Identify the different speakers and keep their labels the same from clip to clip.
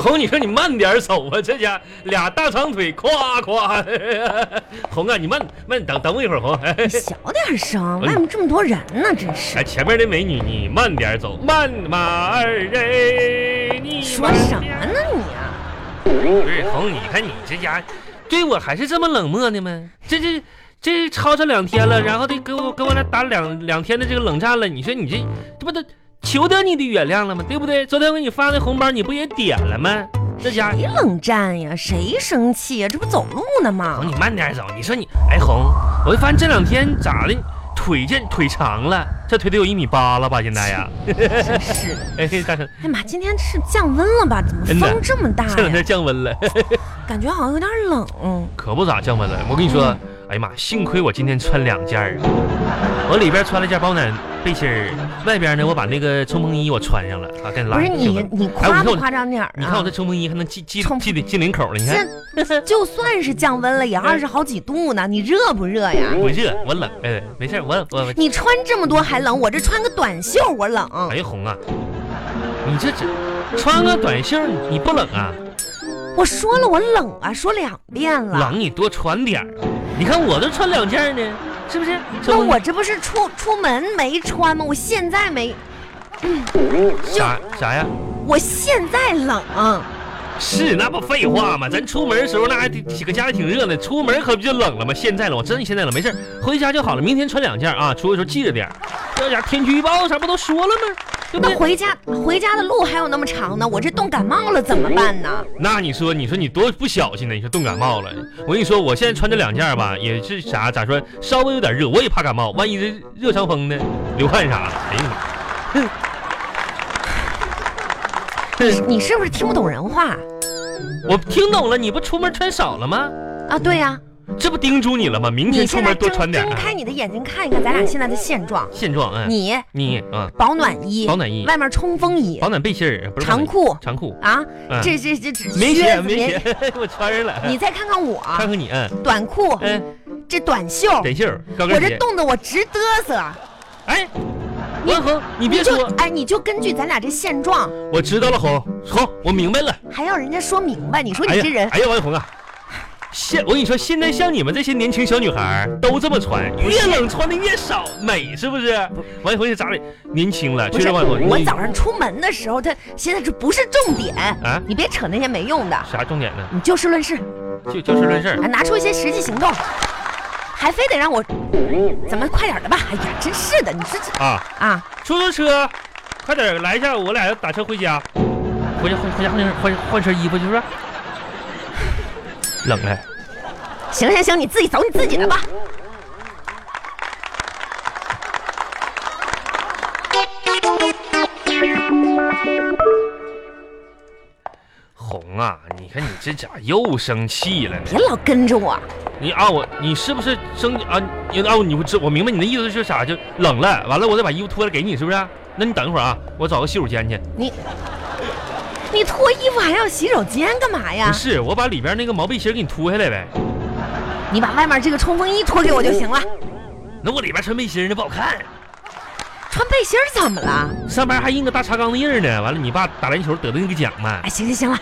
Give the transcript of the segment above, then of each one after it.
Speaker 1: 红，你说你慢点走啊，这家俩大长腿，夸夸。 红啊，你慢慢等等我一会儿，红。哎
Speaker 2: 你小点声，外面这么多人呢，真是
Speaker 1: 哎，。前面的美女，你慢点走，慢马儿哎，你
Speaker 2: 说
Speaker 1: 慢
Speaker 2: 什
Speaker 1: 点
Speaker 2: 么呢你啊？
Speaker 1: 不是红，你看你这家对我还是这么冷漠呢吗？这这这吵吵两天了，然后得给我跟我俩打两两天的这个冷战了。你说你这这不都求得你的原谅了吗？对不对？昨天我给你发那红包，你不也点了吗？这家
Speaker 2: 谁冷战呀？谁生气呀？这不走路呢
Speaker 1: 红，
Speaker 2: 吗？
Speaker 1: 你慢点走。你说你哎红，我就发现这两天咋的，腿这腿长了，这腿得有一米八了吧？现在呀，
Speaker 2: 真是的。
Speaker 1: 哎大神，
Speaker 2: 哎呀妈，今天是降温了吧？怎么
Speaker 1: 真的
Speaker 2: 风这么大
Speaker 1: 这两
Speaker 2: 呀？
Speaker 1: 天降温了。
Speaker 2: 感觉好像有点冷。
Speaker 1: 可不咋降温了。我跟你说，哎呀妈，幸亏我今天穿两件儿，啊我里边穿了件保暖背心儿，外边呢我把那个冲锋衣我穿上了啊，赶紧拉
Speaker 2: 不
Speaker 1: 上
Speaker 2: 是
Speaker 1: 去吧。
Speaker 2: 你，你
Speaker 1: 哎我
Speaker 2: 夸
Speaker 1: 看
Speaker 2: 不
Speaker 1: 我
Speaker 2: 夸张点儿啊？
Speaker 1: 你看我这冲锋衣还能系系
Speaker 2: 冲
Speaker 1: 系得进领口了，你看
Speaker 2: 这就算是降温了，也二十好几度呢，你热不热呀？
Speaker 1: 我热我冷，哎，没事儿我我
Speaker 2: 你穿这么多还冷，我这穿个短袖我冷。
Speaker 1: 我，哎红啊，你这这穿个短袖儿你不冷啊？
Speaker 2: 我说了我冷啊，说两遍了。
Speaker 1: 冷你多穿点儿，啊你看我都穿两件儿呢，是不是？
Speaker 2: 那
Speaker 1: 冲锋
Speaker 2: 我这不是出出门没穿吗？我现在没，
Speaker 1: 啥啥呀？
Speaker 2: 我现在冷。啊
Speaker 1: 是，那不废话吗？咱出门的时候那还得搁家里挺热的，出门可不就冷了吗？现在冷，我真现在冷，没事儿回家就好了。明天穿两件啊，出去的时候记着点儿。这家天气预报啥不都说了吗？对不
Speaker 2: 那
Speaker 1: 对？
Speaker 2: 回家回家的路还有那么长呢，我这冻感冒了怎么办呢？
Speaker 1: 那你说，你说你多不小心呢？你说冻感冒了。我跟你说，我现在穿这两件儿吧，也是啥咋说，稍微有点热，我也怕感冒，万一这热伤风呢， 流汗啥的。哎呀妈！哼
Speaker 2: 你是不是听不懂人话
Speaker 1: 我听懂了，你不出门穿少了吗？
Speaker 2: 啊？对呀、
Speaker 1: 这不叮嘱你了吗？明
Speaker 2: 你
Speaker 1: 天出
Speaker 2: 现在
Speaker 1: 门多
Speaker 2: 睁
Speaker 1: 穿点儿
Speaker 2: 睁
Speaker 1: 啊。
Speaker 2: 开你的眼睛看一看咱俩现在的现状，
Speaker 1: 现状，嗯，
Speaker 2: 你
Speaker 1: 你嗯。
Speaker 2: 保暖衣，
Speaker 1: 保暖衣
Speaker 2: 外面冲锋衣，
Speaker 1: 保暖背心儿，不是保
Speaker 2: 长
Speaker 1: 暖衣
Speaker 2: 裤
Speaker 1: 长 裤，
Speaker 2: 啊，
Speaker 1: 嗯
Speaker 2: 这这这这
Speaker 1: 没
Speaker 2: 靴
Speaker 1: 鞋
Speaker 2: 子
Speaker 1: 没
Speaker 2: 棉
Speaker 1: 鞋，我穿上了。
Speaker 2: 你再看看我，
Speaker 1: 看看你，嗯
Speaker 2: 短裤，
Speaker 1: 嗯，
Speaker 2: 这短袖，
Speaker 1: 短袖儿高
Speaker 2: 我
Speaker 1: 跟
Speaker 2: 这
Speaker 1: 鞋。
Speaker 2: 冻得我直嘚瑟。
Speaker 1: 哎，王红，你别
Speaker 2: 就
Speaker 1: 说，
Speaker 2: 哎，你就根据咱俩这现状，
Speaker 1: 我知道了，红红，我明白了。
Speaker 2: 还要人家说明白。你说
Speaker 1: 哎
Speaker 2: 你这
Speaker 1: 呀
Speaker 2: 人，
Speaker 1: 哎呀，王红啊，现我跟你说，现在像你们这些年轻小女孩儿都这么穿，越冷穿的越少，美是不是？王一红，你咋的？年轻了，
Speaker 2: 不
Speaker 1: 确
Speaker 2: 是
Speaker 1: 实王一红，
Speaker 2: 我
Speaker 1: 你
Speaker 2: 早上出门的时候，他现在这不是重点，
Speaker 1: 啊
Speaker 2: 你别扯那些没用的，
Speaker 1: 啥重点呢？
Speaker 2: 你就事论事，
Speaker 1: 就就事论事儿
Speaker 2: 啊，拿出一些实际行动，还非得让我，咱们快点儿的吧？哎呀，真是的，你这这
Speaker 1: 啊。
Speaker 2: 啊，
Speaker 1: 出租车，快点儿来一下，我俩要打车回家。回家回回家换身换换身衣服去， 是不是？冷了，
Speaker 2: 行行行，你自己走你自己的吧。
Speaker 1: 嗯红啊！你看你这家又生气了
Speaker 2: 别
Speaker 1: 呢。
Speaker 2: 老跟着我，你
Speaker 1: 你啊我，你是不是生啊？你啊你这我明白你的意思是啥？就冷了，完了我再把衣服脱了给你，是不是？那你等一会儿啊，我找个洗手间去。
Speaker 2: 你脱衣服还要洗手间干嘛呀
Speaker 1: 不？是，我把里边那个毛背心给你脱下来呗。
Speaker 2: 你把外面这个冲锋衣脱给我就行了。
Speaker 1: 那我里边穿背心儿呢不好看，
Speaker 2: 穿背心儿怎么了？
Speaker 1: 上边还印个大茶缸的印儿呢。完了，你爸打篮球得的那个奖嘛
Speaker 2: 哎，，行行行了，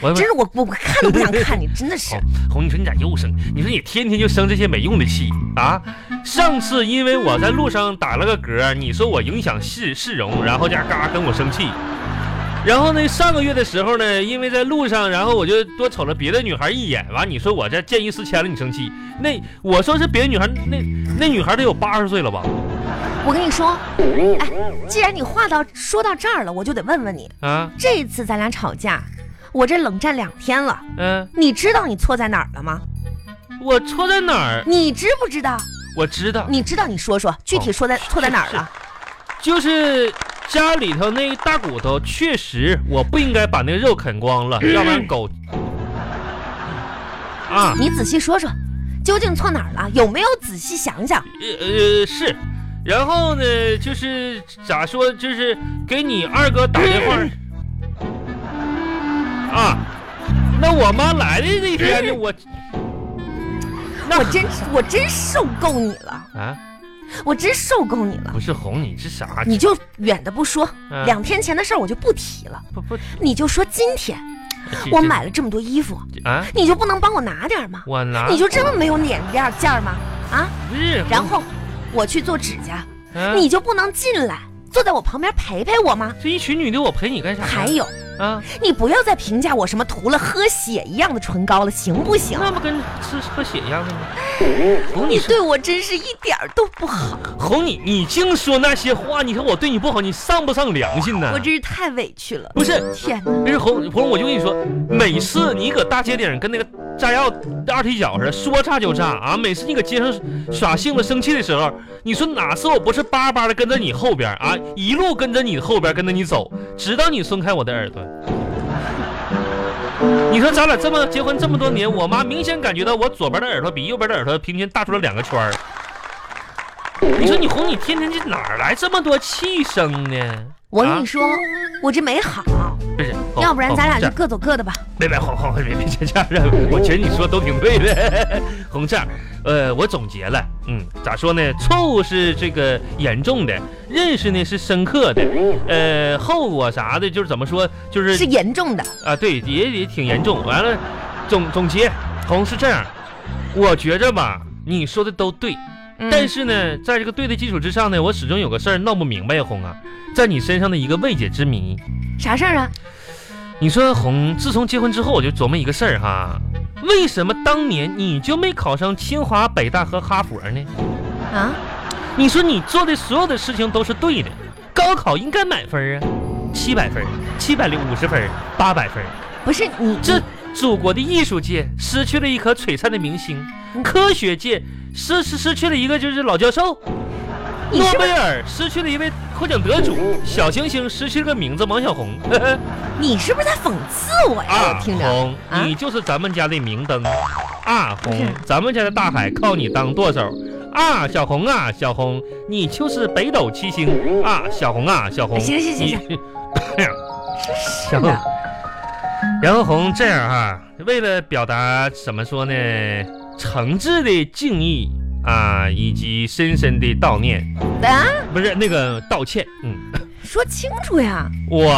Speaker 1: 我
Speaker 2: 真是我我我看都不想看你，真的是
Speaker 1: 红。哦红，你说你咋又生？你说你天天就生这些没用的气啊！上次因为我在路上打了个嗝，你说我影响市市容，然后家嘎跟我生气。然后呢，上个月的时候呢，因为在路上，然后我就多瞅了别的女孩一眼，完你说我这见异思迁了，你生气。那我说是别的女孩，那那女孩得有八十岁了吧？
Speaker 2: 我跟你说，哎，既然你话到说到这儿了，我就得问问你，
Speaker 1: 啊，
Speaker 2: 这次咱俩吵架，我这冷战两天了，
Speaker 1: 嗯、
Speaker 2: 你知道你错在哪儿了吗？
Speaker 1: 我错在哪儿？
Speaker 2: 你知不知道？
Speaker 1: 我知道，
Speaker 2: 你知道你说说，具体说在错在哪儿了？
Speaker 1: 就是家里头那大骨头，确实我不应该把那个肉啃光了，要不然 狗啊，
Speaker 2: 你仔细说说，究竟错哪儿了？有没有仔细想想？
Speaker 1: 呃呃是。然后呢，就是咋说，就是给你二哥打电话
Speaker 2: 嗯
Speaker 1: 啊。那我妈来的那天呢，我那
Speaker 2: 我真是我真受够你了，
Speaker 1: 啊
Speaker 2: 我真受够你了。
Speaker 1: 不是哄你是啥？
Speaker 2: 你就远的不说，
Speaker 1: 嗯
Speaker 2: 两天前的事儿我就不提了，
Speaker 1: 不不
Speaker 2: 你就说今天
Speaker 1: 这
Speaker 2: 我买了这么多衣服，
Speaker 1: 这啊，
Speaker 2: 你就不能帮我拿点儿吗？
Speaker 1: 我拿
Speaker 2: 你就这么没有脸面儿见儿吗？啊！
Speaker 1: 不是，
Speaker 2: 然后我去做指甲，
Speaker 1: 啊
Speaker 2: 你就不能进来，坐在我旁边陪陪我吗？
Speaker 1: 这一群女的，我陪你干啥呀？
Speaker 2: 还有，
Speaker 1: 啊，
Speaker 2: 你不要再评价我什么涂了喝血一样的唇膏了，行不行？
Speaker 1: 那不跟吃喝血一样的吗？哄
Speaker 2: 你
Speaker 1: 你
Speaker 2: 对我真是一点儿都不好，
Speaker 1: 哄你，你净说那些话，你说我对你不好，你上不上良心呢
Speaker 2: 我？真是太委屈了。
Speaker 1: 嗯不是嗯
Speaker 2: 天哪，
Speaker 1: 不是红红，我就跟你说，每次你搁大街顶跟那个炸药二踢脚似的，说炸就炸啊！每次你搁街上耍性子、生气的时候，你说哪次我不是巴巴的跟着你后边啊，一路跟着你后边跟着你走，直到你松开我的耳朵。你说咱俩这么结婚这么多年，我妈明显感觉到我左边的耳朵比右边的耳朵平均大出了两个圈儿。你说你红，你天天这哪儿来这么多气声呢？
Speaker 2: 我跟
Speaker 1: 啊
Speaker 2: 你说，我这没好，
Speaker 1: 不哦是，红
Speaker 2: 要不然
Speaker 1: 红
Speaker 2: 咱俩
Speaker 1: 这
Speaker 2: 就
Speaker 1: 样
Speaker 2: 各走各的吧。
Speaker 1: 别别，红红，别别这样 这样，我觉得你说都挺对的。 红这样，呃，我总结了，嗯，咋说呢？错误是这个严重的，认识呢是深刻的，呃，后果啥的，就是怎么说，就是
Speaker 2: 是严重的，
Speaker 1: 啊，对，也也挺严重。完了，总总结，红是这样，我觉着吧，你说的都对，
Speaker 2: 嗯
Speaker 1: 但是呢，在这个对的基础之上呢，我始终有个事儿闹不明白呀，红啊，在你身上的一个未解之谜。
Speaker 2: 啥事儿啊？
Speaker 1: 你说红，自从结婚之后，我就琢磨一个事儿哈，为什么当年你就没考上清华、北大和哈佛呢？
Speaker 2: 啊，
Speaker 1: 你说你做的所有的事情都是对的，高考应该满分儿啊，七百分儿、七百零五十分儿、八百分儿，
Speaker 2: 不是你
Speaker 1: 这祖国的艺术界失去了一颗璀璨的明星，科学界失失失去了一个就是老教授，
Speaker 2: 你
Speaker 1: 诺
Speaker 2: 是不
Speaker 1: 贝
Speaker 2: 是
Speaker 1: 尔失去了一位获奖得主，小行星失去了个名字王小红。呵呵
Speaker 2: 你是不是在讽刺我呀？
Speaker 1: 啊，
Speaker 2: 我听着，
Speaker 1: 红，
Speaker 2: 啊
Speaker 1: 你就是咱们家的明灯。啊，
Speaker 2: 不是
Speaker 1: 红，咱们家的大海靠你当舵手。啊，小红啊，小红，你就是北斗七星啊，小红啊，小红。
Speaker 2: 行行行
Speaker 1: 你
Speaker 2: 是
Speaker 1: 小红
Speaker 2: 的，
Speaker 1: 然后红这样哈、啊为了表达怎么说呢，诚挚的敬意啊，以及深深的悼念，
Speaker 2: 啊，
Speaker 1: 不是那个道歉，嗯。
Speaker 2: 说清楚呀。
Speaker 1: 我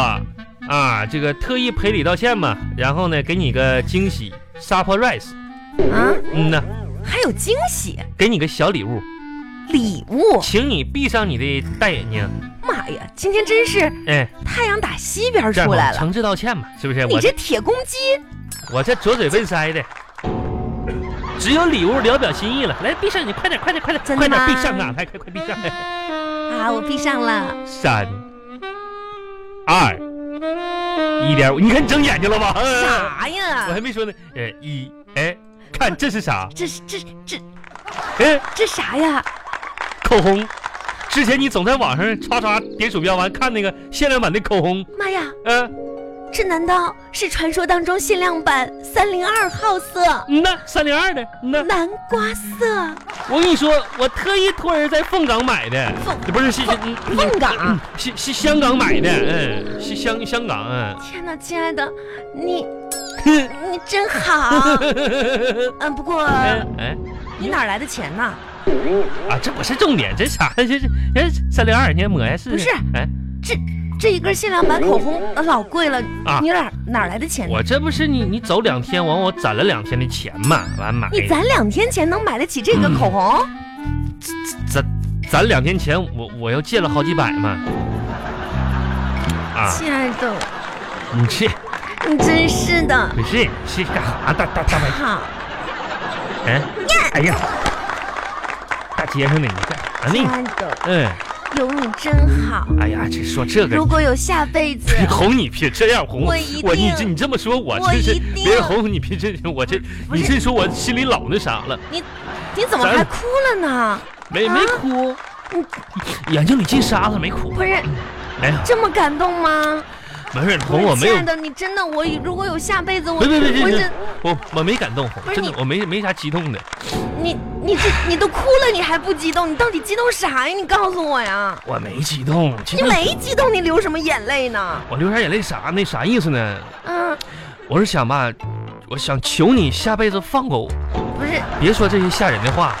Speaker 1: 啊，这个特意赔礼道歉嘛，然后呢，给你个惊喜，surprise，
Speaker 2: 啊，
Speaker 1: 嗯呐，
Speaker 2: 还有惊喜
Speaker 1: 给你个小礼物，
Speaker 2: 礼物，
Speaker 1: 请你闭上你的大眼睛，
Speaker 2: 妈呀，今天真是
Speaker 1: 哎，
Speaker 2: 太阳打西边
Speaker 1: 这样
Speaker 2: 出来了。
Speaker 1: 诚挚道歉嘛，是不是？
Speaker 2: 你
Speaker 1: 我
Speaker 2: 这铁公鸡，
Speaker 1: 我这左嘴问腮的，只有礼物聊表心意了。来，闭上你，快点，快点，快点，
Speaker 2: 真
Speaker 1: 快
Speaker 2: 的
Speaker 1: 点
Speaker 2: 吗
Speaker 1: 闭上啊！来，快快闭上！
Speaker 2: 啊，我闭上了。
Speaker 1: 三二一点五，你看你睁眼睛了吧？
Speaker 2: 啥
Speaker 1: 我
Speaker 2: 呀？
Speaker 1: 还没说呢，呃，一，哎，看这是啥？
Speaker 2: 这是这这
Speaker 1: 哎。
Speaker 2: 这啥呀？
Speaker 1: 口红。之前你总在网上刷刷点鼠标，完看那个限量版的口红，
Speaker 2: 妈呀，
Speaker 1: 嗯、
Speaker 2: 这难道是传说当中限量版三零二号色
Speaker 1: 嗯呐，三零二的，嗯呐，
Speaker 2: 南瓜色？
Speaker 1: 我跟你说，我特意托人在凤岗买的，
Speaker 2: 凤
Speaker 1: 不是是
Speaker 2: 凤
Speaker 1: 嗯
Speaker 2: 凤岗
Speaker 1: 嗯是是香港买的，嗯，是香香港，嗯，
Speaker 2: 天哪，亲爱的，你你真好。嗯，不过
Speaker 1: 哎哎
Speaker 2: 你哪儿来的钱呢？
Speaker 1: 啊，这不是重点，这啥？这这哎，三零二，你还抹呀？是
Speaker 2: 不是
Speaker 1: 哎，
Speaker 2: 这这一根限量版口红呃老贵了，
Speaker 1: 啊
Speaker 2: 你哪哪儿来的钱呢？
Speaker 1: 我这不是你你走两天，完我攒了两天的钱嘛，完买
Speaker 2: 你攒两天钱能买得起这个
Speaker 1: 嗯
Speaker 2: 口红？
Speaker 1: 攒攒两天前，我我要借了好几百嘛，啊，
Speaker 2: 亲爱的，
Speaker 1: 你去，
Speaker 2: 你真是的。
Speaker 1: 不是是干啥？大大大白
Speaker 2: 好，
Speaker 1: 天，哎呀，大街上呢，你看，啊
Speaker 2: 亲
Speaker 1: 那，
Speaker 2: 爱的，
Speaker 1: 嗯，
Speaker 2: 有你真好。
Speaker 1: 哎呀，这说这个
Speaker 2: 如，果有下辈子，
Speaker 1: 哄你别这样哄
Speaker 2: 我一
Speaker 1: 我你
Speaker 2: 定
Speaker 1: 这你这么说，我
Speaker 2: 我
Speaker 1: 真是
Speaker 2: 一定
Speaker 1: 别人哄你别这我这
Speaker 2: 不
Speaker 1: 你
Speaker 2: 是
Speaker 1: 这说我心里老那啥了，
Speaker 2: 你你怎么还哭了呢？
Speaker 1: 没没
Speaker 2: 啊
Speaker 1: 哭，眼睛里进沙子没哭，
Speaker 2: 不是
Speaker 1: 哎呀，
Speaker 2: 这么感动吗？
Speaker 1: 没事，
Speaker 2: 不
Speaker 1: 哄
Speaker 2: 是
Speaker 1: 我没
Speaker 2: 亲
Speaker 1: 有
Speaker 2: 爱，的，你真的，我如果有下辈子，我
Speaker 1: 别别别
Speaker 2: 我
Speaker 1: 别
Speaker 2: 这
Speaker 1: 别，我我没感动，
Speaker 2: 不是
Speaker 1: 真的
Speaker 2: 你
Speaker 1: 我没没啥激动的。
Speaker 2: 你你这你都哭了，你还不激动？你到底激动啥呀？你告诉我呀！
Speaker 1: 我没激动，今
Speaker 2: 你
Speaker 1: 天
Speaker 2: 没激动，你流什么眼泪呢？
Speaker 1: 我流啥眼泪啥那啥意思呢？
Speaker 2: 嗯，
Speaker 1: 我是想吧，我想求你下辈子放过我，
Speaker 2: 嗯不是，
Speaker 1: 别说这些吓人的话。